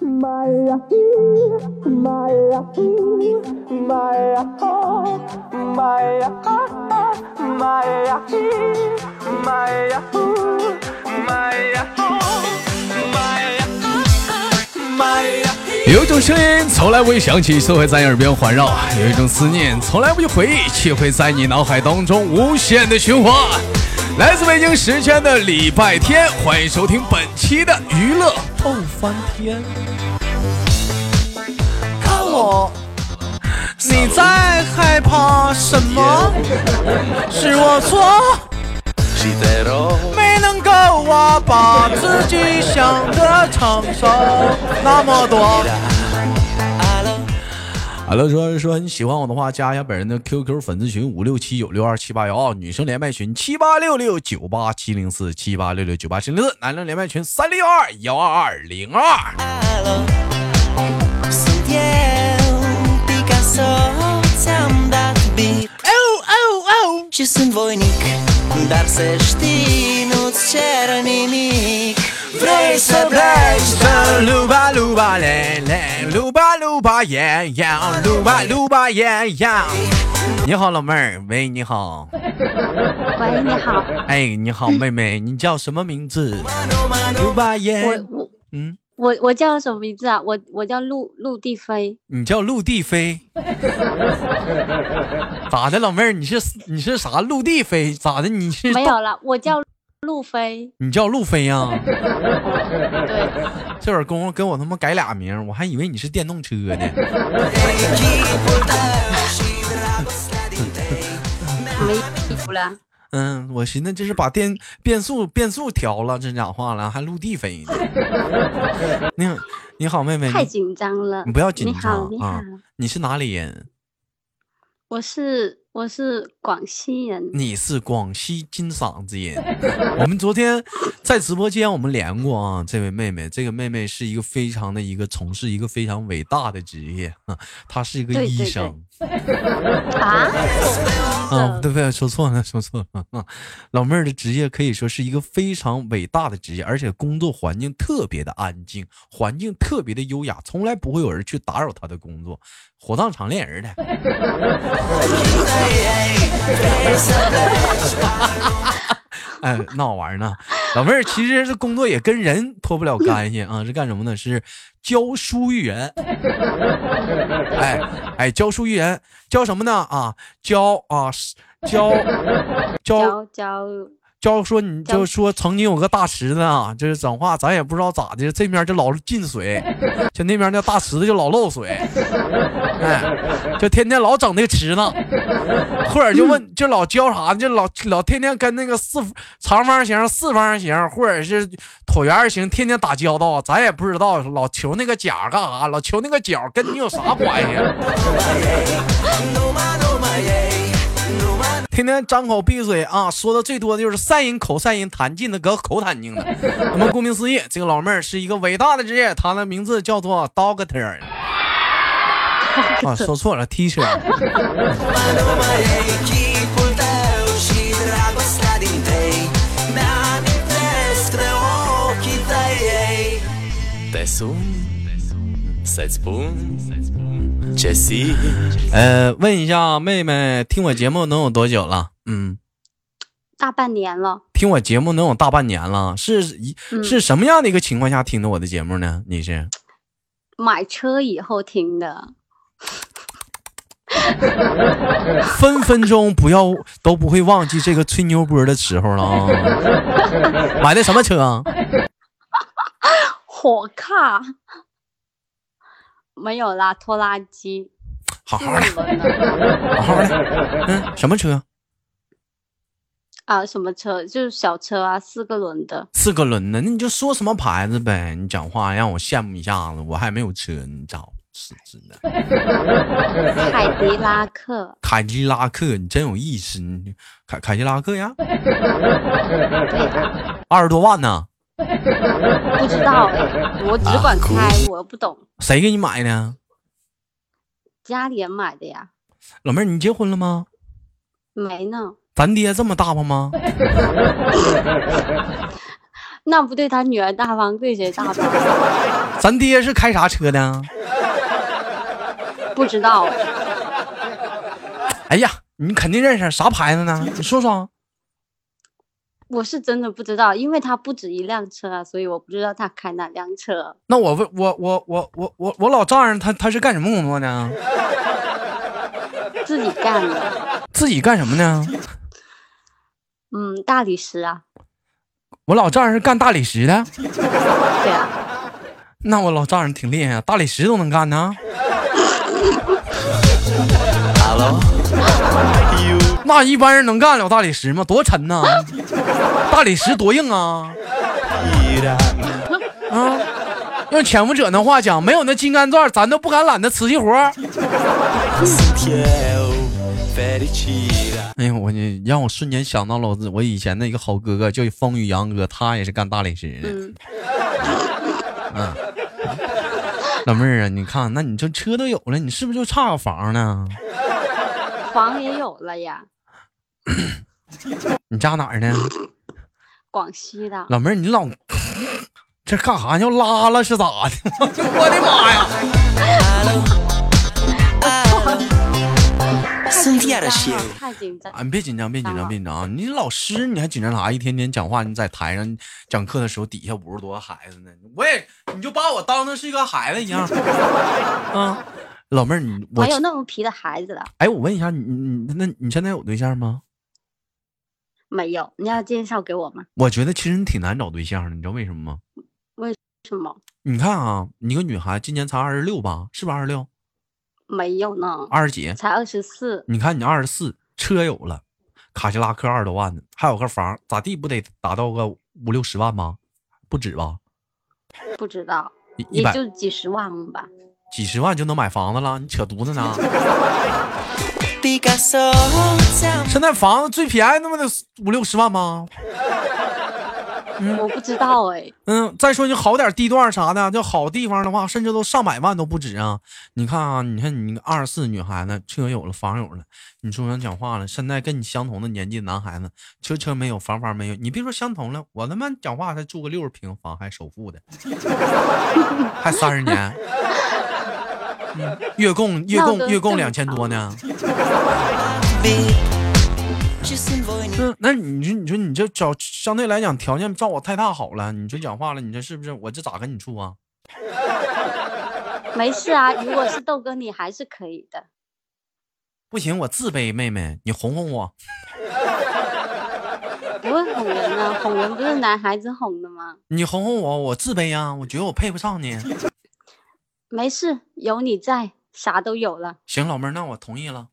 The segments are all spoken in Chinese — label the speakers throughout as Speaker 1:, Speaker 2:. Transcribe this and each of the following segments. Speaker 1: My ooh, my ooh, my oh, my ah, my ee, my ooh, my oh, my ah, my ah.
Speaker 2: 有一种声音从来不会响起，却会在你耳边环绕；有一种思念从来不去回忆，却会在你脑海当中无限的循环。来自北京时间的礼拜天，欢迎收听本期的娱乐逗翻天。
Speaker 3: 看我，你在害怕什么？是我错，没能够啊把自己想的承受那么多。
Speaker 2: 好了，说说你喜欢我的话，加一下本人的 QQ 粉丝群五六七九六二七八幺二，女生连麦群七八六六九八七零四七八六六九八七零四，男生连麦群三六二幺二二零二。
Speaker 3: Și sunt voinic Dar să știi, nu-ți cer nimic Vrei să pleci, dar nu
Speaker 2: 鲁巴鲁巴嘞嘞，鲁巴鲁巴耶耶，鲁巴鲁巴耶耶。你好，老妹儿，喂，你好，
Speaker 4: 喂，你好，
Speaker 2: 哎，你好，妹妹，你叫什么名字？鲁巴耶
Speaker 4: 我，我
Speaker 2: 嗯，
Speaker 4: 我我叫什么名字啊？我我叫陆陆地飞，
Speaker 2: 你叫陆地飞，咋的，老妹儿，你是你是啥陆地飞？咋的？你是
Speaker 4: 没有了，我叫陆飞。
Speaker 2: 你叫路飞呀、啊
Speaker 4: 对，
Speaker 2: 这会儿功夫跟我他妈改俩名儿，我还以为你是电动车呢。
Speaker 4: 没衣服了。
Speaker 2: 嗯，我寻思这是把电变速变速调了，真讲话了，还陆地飞呢。你好你好，妹妹，
Speaker 4: 太
Speaker 2: 你
Speaker 4: 紧张了。
Speaker 2: 你不要紧张
Speaker 4: 你好，
Speaker 2: 啊
Speaker 4: 你好，！
Speaker 2: 你是哪里人？
Speaker 4: 我是我是广西人。
Speaker 2: 你是广西金嗓子人。 我们昨天在直播间我们连过啊，这位妹妹，这个妹妹是一个非常的一个从事一个非常伟大的职业啊，她是一个
Speaker 4: 对
Speaker 2: 医
Speaker 4: 对对
Speaker 2: 生。
Speaker 4: 啊？
Speaker 2: 啊，
Speaker 4: 对
Speaker 2: 对不对？说错了，说错了。啊、老妹儿的职业可以说是一个非常伟大的职业，而且工作环境特别的安静，环境特别的优雅，从来不会有人去打扰她的工作，火葬场恋人的。 哎，闹玩呢， 老妹儿其实这工作也跟人脱不了干系啊，是干什么呢？是教书育人。哎哎，教书育人，教什么呢？啊，教啊，是教教
Speaker 4: 教教
Speaker 2: 教说你
Speaker 4: 教
Speaker 2: 就说曾经有个大池子啊，就是讲话咱也不知道咋的，这面就老进水，就那边那大池子就老漏水，哎，就天天老整那个池子，或者就问就老教啥呢，就老老天天跟那个四长方形、四方形或者是椭圆形天天打交道，咱也不知道老求那个角儿干啥，老求那个角儿跟你有啥关系？啊天天张口闭嘴啊，说的最多的就是善因口善因，弹尽的搁口弹净的。那么顾名思义，这个老妹儿是一个伟大的职业，她的名字叫做 Doctor。啊，说错了，teacher。
Speaker 3: Echipul tău și dragostea din tei Mi-amintesc de ochii tăi Te sun Să-ți spun Ce simt
Speaker 2: 呃，问一下妹妹，听我节目能有多久了？嗯，
Speaker 4: 大半年了，
Speaker 2: 听我节目能有大半年了，是一、
Speaker 4: 嗯
Speaker 2: 是什么样的一个情况下听的我的节目呢？你是
Speaker 4: 买车以后听的。
Speaker 2: 分分钟不要都不会忘记这个吹牛波的时候了啊！ 买的什么车啊？
Speaker 4: 火卡没有啦，拖拉机。
Speaker 2: 好
Speaker 4: 是
Speaker 2: 好的。
Speaker 4: 我们 的
Speaker 2: 好好的，嗯，什么车？
Speaker 4: 啊，什么车？就是小车啊，四个轮的。
Speaker 2: 四个轮的，那你就说什么牌子呗。你讲话让我羡慕一下子，我还没有车，你找是是的。
Speaker 4: 凯迪拉克，
Speaker 2: 凯迪拉克，你真有意思，你凯凯迪拉克呀，二十多万呢，
Speaker 4: 不知道哎，我只管开，我不懂。
Speaker 2: 谁给你买的？
Speaker 4: 家里人买的呀，
Speaker 2: 老妹儿，你结婚了吗？
Speaker 4: 没呢。
Speaker 2: 咱爹这么大方吗？
Speaker 4: 那不对他女儿大方，对谁大方？
Speaker 2: 咱爹是开啥车的？
Speaker 4: 不知道，
Speaker 2: 哎呀，你肯定认识，啥牌子呢？你说说。
Speaker 4: 我是真的不知道，因为他不止一辆车啊，所以我不知道他开哪辆车。
Speaker 2: 那我问，我我我我我我老丈人他他是干什么工作啊呢？
Speaker 4: 自己干的，
Speaker 2: 自己干什么呢？
Speaker 4: 嗯，大理石啊，
Speaker 2: 我老丈人是干大理石的，
Speaker 4: 对啊，
Speaker 2: 那我老丈人挺厉害啊，大理石都能干呢。那一般人能干了大理石吗？多沉呐、大理石多硬啊！啊，用潜伏者那话讲，没有那金刚钻，咱都不敢揽那瓷器活儿。哎呦，我你让我瞬间想到了我自我以前的一个好哥哥，叫风雨杨哥，他也是干大理石的。
Speaker 4: 嗯，
Speaker 2: 老妹儿啊，你看，那你这车都有了，你是不是就差个房呢？
Speaker 4: 房也有了呀，
Speaker 2: 你家哪儿呢？
Speaker 4: 广西的，
Speaker 2: 老妹儿，你老这干啥？要拉了是咋的？ 我的妈呀！
Speaker 3: da.
Speaker 4: 太紧张了。
Speaker 2: 啊，你别紧张，别紧张，别紧张啊！你老师你还紧张啥？一天天讲话，你在台上讲课的时候，底下五十多个孩子呢，我也你就把我当成是一个孩子一样 啊！老妹儿，你我
Speaker 4: 还有那么皮的孩子了？
Speaker 2: 哎，我问一下，你你那你现在有对象吗？
Speaker 4: 没有，你要介绍给我吗？
Speaker 2: 我觉得其实你挺难找对象的，你知道为什么吗？
Speaker 4: 什么？
Speaker 2: 你看啊，你个女孩今年才二十六吧，是吧？二十六、
Speaker 4: 没有呢，
Speaker 2: 二十几，
Speaker 4: 才二十四，
Speaker 2: 你看你二十四，车有了，卡迪拉克二十多万呢，还有个房，咋地不得达到个五六十万吧？不止吧？
Speaker 4: 不知道，
Speaker 2: 一一
Speaker 4: 也
Speaker 2: 百
Speaker 4: 就几十万吧。
Speaker 2: 几十万就能买房子了？你扯犊子呢？ 现在房子最便宜那么得五六十万吗？
Speaker 4: 我不知道哎，
Speaker 2: 嗯，再说你好点地段啥的，就好地方的话，甚至都上百万都不止啊！你看啊，你看你二十四女孩子，车有了，房有了，你说想讲话了。现在跟你相同的年纪的男孩子，车车没有，房房没有，你别说相同了，我他妈讲话才住个六十平房，还首付的，还三十年，嗯月供月
Speaker 4: 那
Speaker 2: 供
Speaker 4: 都
Speaker 2: 月供
Speaker 4: 正
Speaker 2: 两千多呢。嗯，那你说，你说你这找相对来讲条件照我太大好了，你说讲话了，你这是不是我这咋跟你处啊？
Speaker 4: 没事啊，如果是豆哥你还是可以的。
Speaker 2: 不行，我自卑，妹妹，你哄哄我。
Speaker 4: 不会哄人啊，哄人不是男孩子哄的吗？
Speaker 2: 你哄哄我，我自卑呀、我觉得我配不上你。
Speaker 4: 没事，有你在，啥都有了。
Speaker 2: 行，老妹儿，那我同意了。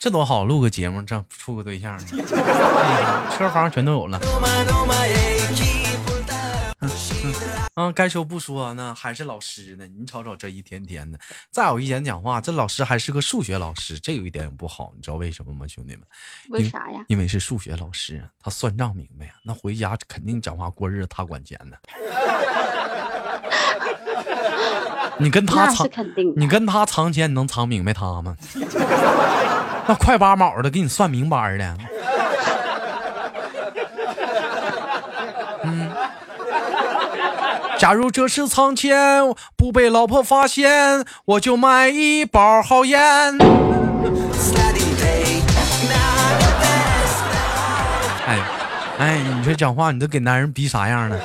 Speaker 2: 这多好，录个节目，这处个对象呢，哎车房全都有了。啊，该说不说呢，还是老师呢。你瞅瞅这一天天的，再有一点讲话，这老师还是个数学老师，这有一点不好，你知道为什么吗，兄弟们？
Speaker 4: 为
Speaker 2: 因
Speaker 4: 啥呀？
Speaker 2: 因为是数学老师，啊他算账明白呀，那回家肯定讲话过日子，他管钱呢。 你跟他
Speaker 4: 那
Speaker 2: 藏
Speaker 4: 是，肯定的
Speaker 2: 你。跟他藏钱，你能藏明白他吗？ 那快八毛的给你算明白儿的。嗯，假如这是藏钱，不被老婆发现，我就买一包好烟。哎，哎，你这讲话，你都给男人逼啥样了？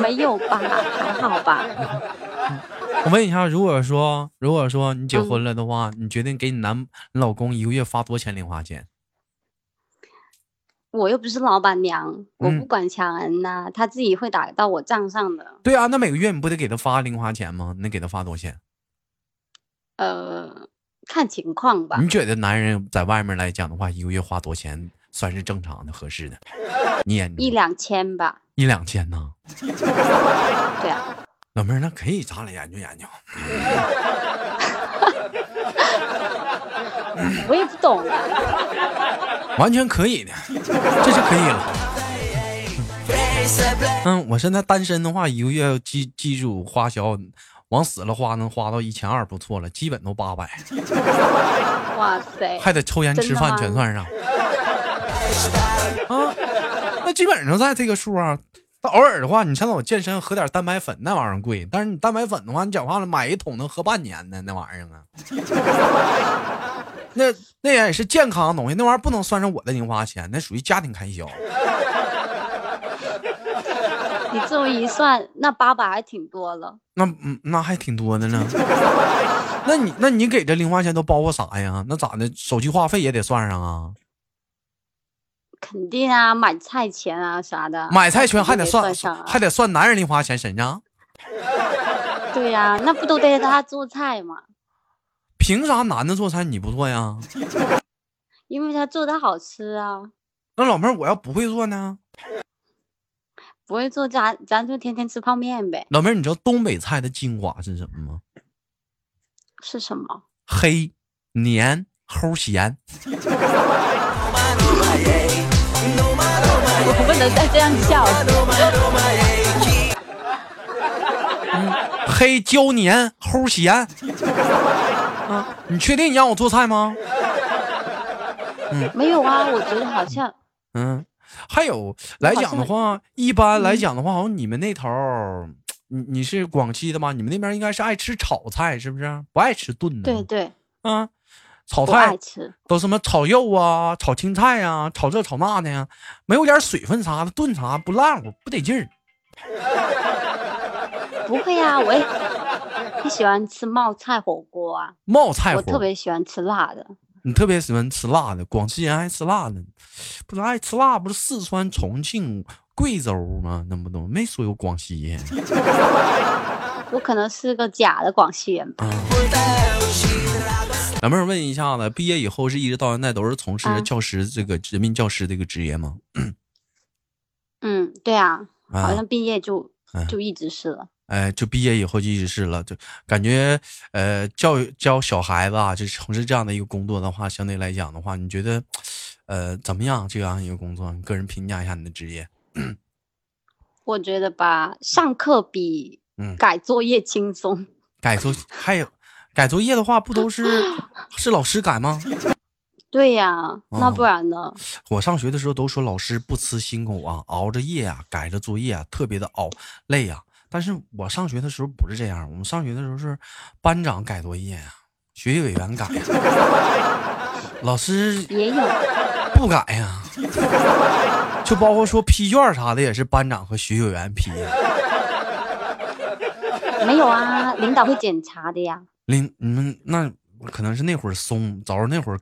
Speaker 4: 没有吧？还好吧？
Speaker 2: 我问一下，如果说如果说你结
Speaker 4: 嗯
Speaker 2: 婚了的话，你决定给你男你老公一个月发多少钱零花钱？
Speaker 4: 我又不是老板娘，我
Speaker 2: 嗯
Speaker 4: 不管抢人呐、他自己会打到我账上的。
Speaker 2: 对啊，那每个月你不得给他发零花钱吗？你得给他发多少钱？
Speaker 4: 呃，看情况吧
Speaker 2: 你。觉得男人在外面来讲的话，一个月花多少钱算是正常的、合适的？你眼
Speaker 4: 一
Speaker 2: 中
Speaker 4: 两千吧，
Speaker 2: 一两千呢？
Speaker 4: 对啊，
Speaker 2: 老妹儿，那可以，咱俩研究研究。
Speaker 4: 我也不懂啊，
Speaker 2: 完全可以的，这是可以了。嗯嗯，我现在单身的话，一个月基基础花销往死了花，能花到一千二不错了，基本都八百，
Speaker 4: 哇塞，
Speaker 2: 还得抽烟
Speaker 4: 真的
Speaker 2: 吃饭
Speaker 4: 吗
Speaker 2: 全算上。啊，那基本上在这个数啊。但偶尔的话，你像我健身喝点蛋白粉那玩意儿贵，但是你蛋白粉的话，你讲话了买一桶能喝半年呢，那玩意儿啊。 那那也是健康的东西，那玩意儿不能算上我的零花钱，那属于家庭开销。
Speaker 4: 你这么一算，那八百还挺多了。
Speaker 2: 那嗯，那还挺多的 呢。那你那你给这零花钱都包括啥呀？那咋的？手机话费也得算上啊，
Speaker 4: 肯定啊，买菜钱啊啥的，
Speaker 2: 买菜钱还得
Speaker 4: 肯定
Speaker 2: 算，
Speaker 4: 上啊，
Speaker 2: 还得算男人零花钱身上。
Speaker 4: 对呀、那不都得他做菜嘛？
Speaker 2: 凭啥男的做菜你不做 呀？
Speaker 4: 因为他做的好吃啊，
Speaker 2: 那老妹儿我要不会做呢？
Speaker 4: 不会做咱咱就天天吃泡面呗。
Speaker 2: 老妹儿，你知道东北菜的精华是什么吗？
Speaker 4: 是什么？
Speaker 2: 黑、黏、齁咸。
Speaker 4: 我不能再这样笑。
Speaker 2: 嗯黑胶粘齁咸。啊，你确定你让我做菜吗？
Speaker 4: 没有啊，我觉得好像
Speaker 2: 嗯，还有来讲的话，一般
Speaker 4: 嗯
Speaker 2: 来讲的话，好像你们那头儿，你你是广西的吗？你们那边应该是爱吃炒菜，是不是？不爱吃炖的。
Speaker 4: 对。对，
Speaker 2: 啊，炒
Speaker 4: 不爱
Speaker 2: 菜
Speaker 4: 吃。
Speaker 2: 都什么炒肉啊、炒青菜啊、炒这炒那的呀，没有点水分啥的，炖啥不烂乎，不得劲儿。
Speaker 4: 不会啊，我也很喜欢吃冒菜火锅啊，
Speaker 2: 冒菜火
Speaker 4: 我特，别喜欢吃辣的。
Speaker 2: 你特别喜欢吃辣的，广西人爱吃辣的，不是爱吃辣，不是四川、重庆、贵州吗？那不都没说有广西人。
Speaker 4: 我可能是个假的广西人吧。
Speaker 2: 嗯老妹儿问一下子，毕业以后是一直到现在都是从事
Speaker 4: 啊
Speaker 2: 教师这个人民教师这个职业吗？
Speaker 4: 嗯，对啊，
Speaker 2: 啊
Speaker 4: 好像毕业就
Speaker 2: 嗯
Speaker 4: 就一直是了。
Speaker 2: 哎，就毕业以后就一直是了，就感觉呃，教育教小孩子啊，就从事这样的一个工作的话，相对来讲的话，你觉得呃怎么样？这样一个工作，你个人评价一下你的职业。
Speaker 4: 我觉得吧，上课比
Speaker 2: 嗯
Speaker 4: 改作业轻松。
Speaker 2: 改作还有改作业的话，不都是是老师改吗？
Speaker 4: 对呀、那不
Speaker 2: 哦
Speaker 4: 然呢？
Speaker 2: 我上学的时候都说老师不辞辛苦啊，熬着夜啊，改着作业啊，特别的熬累啊。但是我上学的时候不是这样，我们上学的时候是班长改作业啊，学习委员改啊、老师
Speaker 4: 也有
Speaker 2: 不改呀、就包括说批卷啥的也是班长和学习委员批啊呀、
Speaker 4: 没有啊？领导会检查的呀。
Speaker 2: 领你们那可能是那会儿松，早上那会儿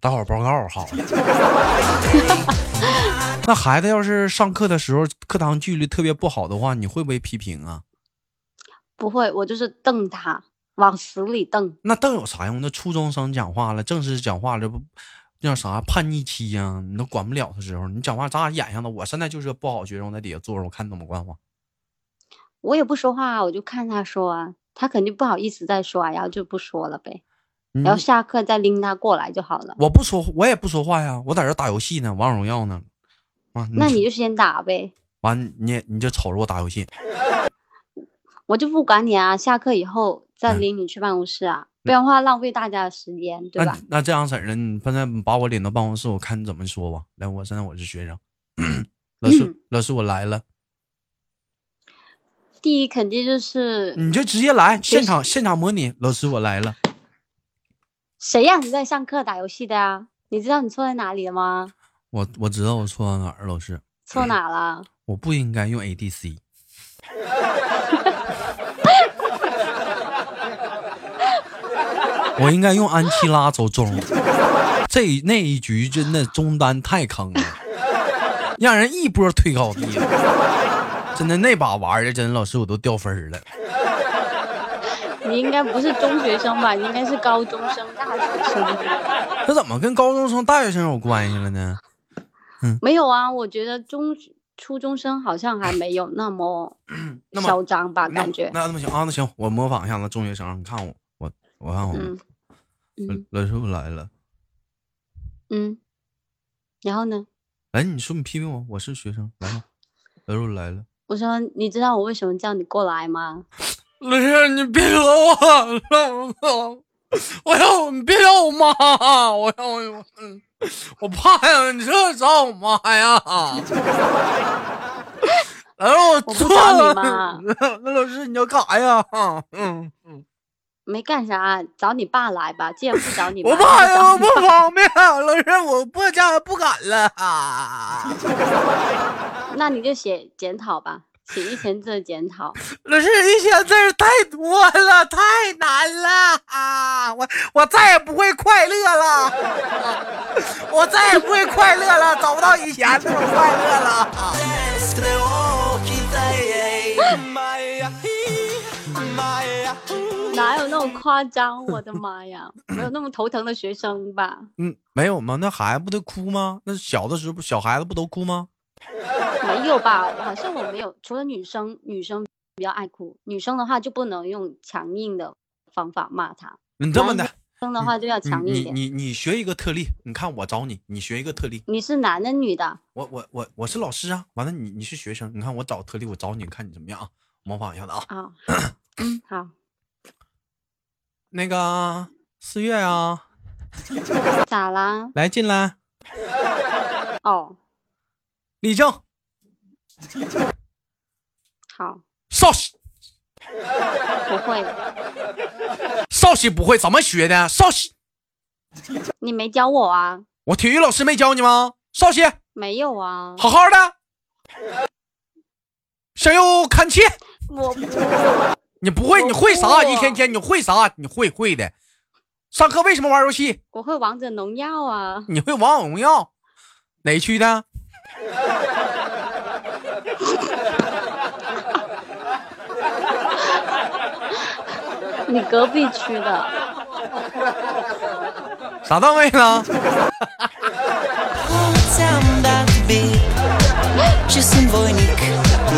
Speaker 2: 打好报告好了。 那孩子要是上课的时候课堂纪律特别不好的话，你会不会批评啊？
Speaker 4: 不会，我就是瞪他，往死里瞪。
Speaker 2: 那瞪有啥用？那初中生讲话了，正式讲话了，这不叫啥叛逆期呀、你都管不了的时候，你讲话咋演上的？我现在就是个不好学生，我在底下坐着，我看你怎么管我。
Speaker 4: 我也不说话啊，我就看他说啊，他肯定不好意思再说啊，然后就不说了呗。
Speaker 2: 你
Speaker 4: 然后下课再拎他过来就好了。
Speaker 2: 我不说，我也不说话呀，我在这打游戏呢，王者荣耀呢。啊，
Speaker 4: 那你就先打呗，
Speaker 2: 完，你也你就瞅着我打游戏，
Speaker 4: 我就不管你啊。下课以后再
Speaker 2: 嗯啊
Speaker 4: 领你去办公室啊，不然的话浪费大家的时间，对吧
Speaker 2: 那？那这样式儿的，你现在把我领到办公室，我看你怎么说吧。来，我现在我是学生，老师，
Speaker 4: 嗯
Speaker 2: 老师我来了，
Speaker 4: 第一肯定就是
Speaker 2: 你就直接来
Speaker 4: 学
Speaker 2: 现
Speaker 4: 习
Speaker 2: 场现场模拟。老师我来了，
Speaker 4: 谁让你在上课打游戏的啊？你知道你错在哪里了吗？
Speaker 2: 我我知道我错到哪儿了，老师，
Speaker 4: 错哪了？
Speaker 2: 我不应该用 ADC。我应该用安琪拉走中，这那一局真的中单太坑了，让人一波推高低了。真的那把玩的，真老师我都掉分儿了。
Speaker 4: 你应该不是中学生吧？你应该是高中生、大学生。
Speaker 2: 这怎么跟高中生、大学生有关系了呢？
Speaker 4: 没有啊，我觉得中初中生好像还没有那么
Speaker 2: 那么
Speaker 4: 嚣张吧，
Speaker 2: 那
Speaker 4: 感觉。
Speaker 2: 那那么行啊，那行，我模仿一下子中学生，你看我，我我看我，
Speaker 4: 嗯嗯
Speaker 2: 老师傅来了，
Speaker 4: 嗯。然后呢？
Speaker 2: 来，你说你批评我，我是学生，来吧，
Speaker 3: 来了来了，
Speaker 4: 我说你知道我为什么叫你过来吗？
Speaker 2: 老师，你别惹我，让我我要我你别找我妈，我要我嗯，我怕呀，你这找我妈呀？然后我
Speaker 4: 我
Speaker 2: 错
Speaker 4: 不找
Speaker 2: 了
Speaker 4: 你妈，
Speaker 2: 那 老师你要干啥呀？嗯，
Speaker 4: 没干啥，找你爸来吧。既然不找 你妈，
Speaker 2: 我怕呀，我
Speaker 4: 就找
Speaker 2: 不方便， 老师我不家不敢了。
Speaker 4: 那你就写检讨吧，写一千字的检讨。
Speaker 2: 老师，一千字儿太多了，太难了啊！我我再也不会快乐了， 我再也不会快乐了，找不到以前那种快乐了。
Speaker 4: 哪有那么夸张？我的妈呀，没有那么头疼的学生吧？
Speaker 2: 嗯，没有吗？那孩子不得哭吗？那小的时候不，小孩子不都哭吗？
Speaker 4: 没有吧？好像我没有，除了女生，女生比较爱哭，女生的话就不能用强硬的方法骂她，
Speaker 2: 你这么的，
Speaker 4: 女生的话就要
Speaker 2: 嗯你
Speaker 4: 强硬一
Speaker 2: 你
Speaker 4: 点。
Speaker 2: 你你学一个特例，你看我找你，你学一个特例。
Speaker 4: 你是男的女的？
Speaker 2: 我我我我是老师啊，完了你你是学生，你看我找特例，我找你，看你怎么样啊？模仿一下子啊。
Speaker 4: 啊、 好嗯，好，
Speaker 2: 那个四月啊，
Speaker 4: 咋啦？
Speaker 2: 来进来，
Speaker 4: 哦，
Speaker 2: 立正，
Speaker 4: 好，
Speaker 2: 稍息。
Speaker 4: 不会，
Speaker 2: 少喜不会怎么学的？少喜，
Speaker 4: 你没教我啊？
Speaker 2: 我体育老师没教你吗？少喜，
Speaker 4: 没有啊，
Speaker 2: 好好的，向右看齐。
Speaker 4: 我不
Speaker 2: 你不会，
Speaker 4: 我
Speaker 2: 你会啥？
Speaker 4: 不
Speaker 2: 一天天你会啥？你会会的。上课为什么玩游戏？
Speaker 4: 我会王者荣耀啊，
Speaker 2: 你会王者荣耀？哪区的？
Speaker 4: 你隔壁区的，
Speaker 2: 啥单位呢？
Speaker 5: Ți-am dat bine Și sunt voinic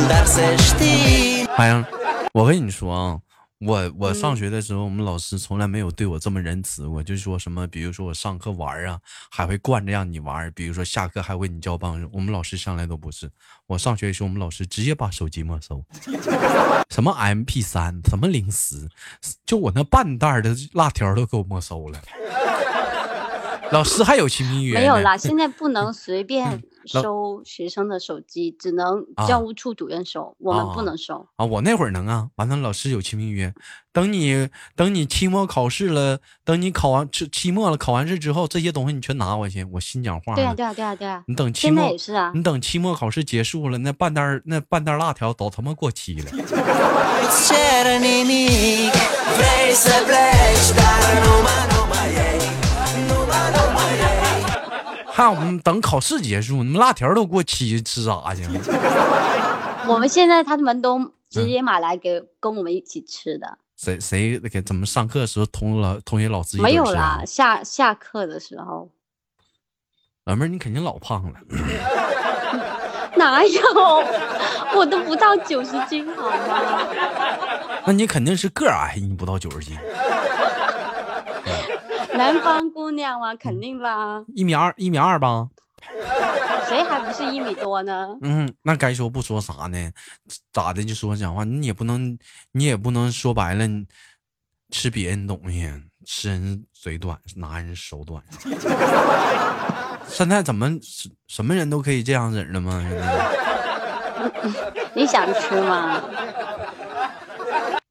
Speaker 5: Dar să știi
Speaker 2: 哎呀，我跟你说啊，我我上学的时候，我们老师从来没有对我这么仁慈过，就说什么，比如说我上课玩啊，还会惯着让你玩，比如说下课还为你交棒。我们老师向来都不是。我上学的时候，我们老师直接把手机没收， 什么 MP 三，什么零食，就我那半袋儿的辣条都给我没收了。 老师还有情意约
Speaker 4: 没有
Speaker 2: 呢
Speaker 4: 啦，现在不能随便
Speaker 2: 嗯老
Speaker 4: 收学生的手机，只能
Speaker 2: 啊
Speaker 4: 教务处主任收，我们
Speaker 2: 啊
Speaker 4: 不能收。
Speaker 2: 啊，我那会儿能啊，完了老师有签名约，等你等你期末考试了，等你考完期期末了，考完试之后这些东西你全拿回去，我心讲话
Speaker 4: 对啊，
Speaker 2: 了
Speaker 4: 对啊，对啊，对啊，
Speaker 2: 你等期
Speaker 4: 现在
Speaker 2: 末
Speaker 4: 也，是啊，
Speaker 2: 你等期末考试结束了，那半袋儿那半袋儿辣条都他妈过期了。
Speaker 5: Nu-ți cer nimic Vrei să pleci Dar numai, numai ei
Speaker 2: 看我们等考试结束，你们辣条都过期，吃啥去？
Speaker 4: 我们现在他们都直
Speaker 2: 嗯
Speaker 4: 接买来给跟我们一起吃的，
Speaker 2: 谁谁给咱们上课的时候同老同学老师一顿
Speaker 4: 没有
Speaker 2: 吃啊
Speaker 4: 啦。下下课的时候
Speaker 2: 老妹儿你肯定老胖了，
Speaker 4: 哪有？ 我都不到九十斤好吗？
Speaker 2: 那你肯定是个儿矮，你不到九十斤，
Speaker 4: 南方姑娘嘛，肯定啦，
Speaker 2: 一米二一米二吧。
Speaker 4: 谁还不是一米多呢？
Speaker 2: 嗯，那该说不说啥呢？咋的就说讲话，你也不能，你也不能说白了，你吃别人东西，吃人嘴短，拿人手短。 现在怎么什什么人都可以这样式儿了吗？现在
Speaker 4: 你想吃吗？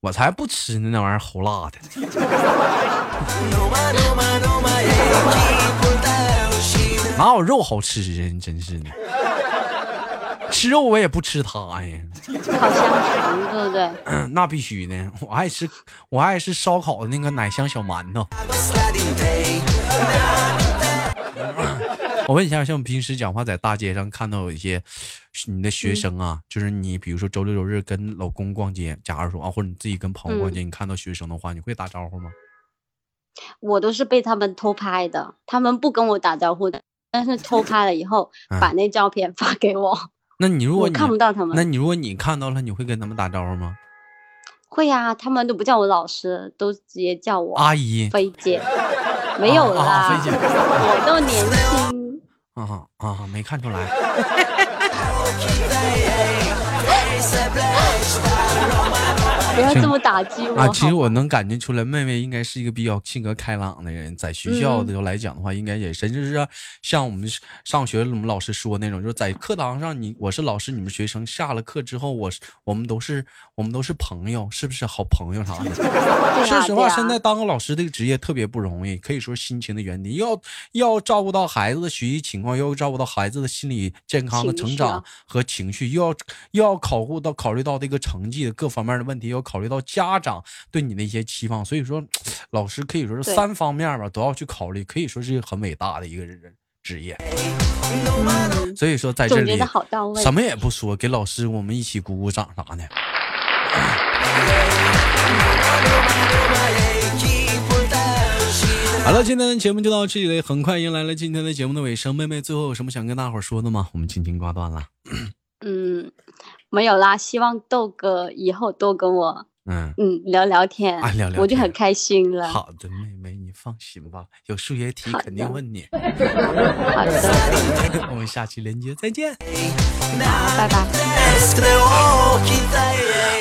Speaker 2: 我才不吃呢，那玩意儿齁辣的。
Speaker 5: Numai, numai, numai ei Chipul tău și
Speaker 2: 哪有肉好吃啊？你真是的， 吃肉我也不吃它呀。
Speaker 4: 烤香肠对不对？
Speaker 2: 嗯那必须的， 我爱吃，我爱吃烧烤的那个奶香小馒头。
Speaker 5: dragostea din tei
Speaker 2: 我问一下，像平时讲话在大街上看到有一些是你的学生
Speaker 4: 嗯
Speaker 2: 啊，就是你比如说周六周日跟老公逛街，假如说啊，或者你自己跟朋友逛街，
Speaker 4: 嗯
Speaker 2: 你看到学生的话，你会打招呼吗？
Speaker 4: 我都是被他们偷拍的，他们不跟我打招呼的，但是偷拍了以后
Speaker 2: 嗯
Speaker 4: 把那照片发给我，
Speaker 2: 那你如果
Speaker 4: 我
Speaker 2: 你
Speaker 4: 看不到他
Speaker 2: 那
Speaker 4: 们。
Speaker 2: 你如果你看到了，你会跟他们打招呼吗？
Speaker 4: 会呀、他们都不叫我老师，都直接叫我
Speaker 2: 阿姨
Speaker 4: 菲姐。没有啦，
Speaker 2: 啊啊啊菲姐
Speaker 4: 我都年轻，
Speaker 2: 啊啊，没看出来。
Speaker 5: Ochii tăi ei
Speaker 4: 不要这么打击我。
Speaker 2: 啊，其实
Speaker 4: 好
Speaker 2: 我能感觉出来，妹妹应该是一个比较性格开朗的人，在学校的来讲的话，应该也真是像像我们上学我们老师说那种，就是在课堂上你我是老师，你们学生，下了课之后，我是我们都是我们都是朋友，是不是好朋友啥的？
Speaker 4: 吧对
Speaker 2: 说
Speaker 4: 啊
Speaker 2: 实
Speaker 4: 对
Speaker 2: 话，
Speaker 4: 啊
Speaker 2: 现在当个老师这个职业特别不容易，可以说是辛勤的园地，要要照顾到孩子的学习情况，又要照顾到孩子的心理健康的
Speaker 4: 情
Speaker 2: 成
Speaker 4: 绪
Speaker 2: 长
Speaker 4: 啊
Speaker 2: 和情绪，又要又要考顾到考虑到这个成绩的各方面的问题，要考虑到家长对你的一些期望，所以说，老师可以说是
Speaker 4: 对
Speaker 2: 三方面吧都要去考虑，可以说是很伟大的一个人职业。
Speaker 4: 嗯，
Speaker 2: 所以说在这
Speaker 4: 总结
Speaker 2: 里
Speaker 4: 的好到位。
Speaker 2: 什么也不说，给老师我们一起鼓鼓掌啥的。好了，今天的节目就到这里，很快迎来了今天的节目的尾声。妹妹最后有什么想跟大伙儿说的吗？我们轻轻挂断了。
Speaker 4: 嗯，没有啦，希望豆哥以后多跟我
Speaker 2: 嗯，
Speaker 4: 嗯聊聊天，
Speaker 2: 啊聊聊
Speaker 4: 我就
Speaker 2: 天
Speaker 4: 很开心了。
Speaker 2: 好的，妹妹你放心吧，有数学题
Speaker 4: 好的
Speaker 2: 肯定问 你。
Speaker 4: 好的，
Speaker 2: 我们下期连接再见。
Speaker 4: 拜拜。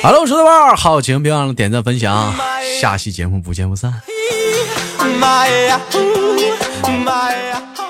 Speaker 2: 好了，我是豆瓣儿，好节目别忘了点赞分享，下期节目不见不散。
Speaker 1: my yahoo, my yahoo.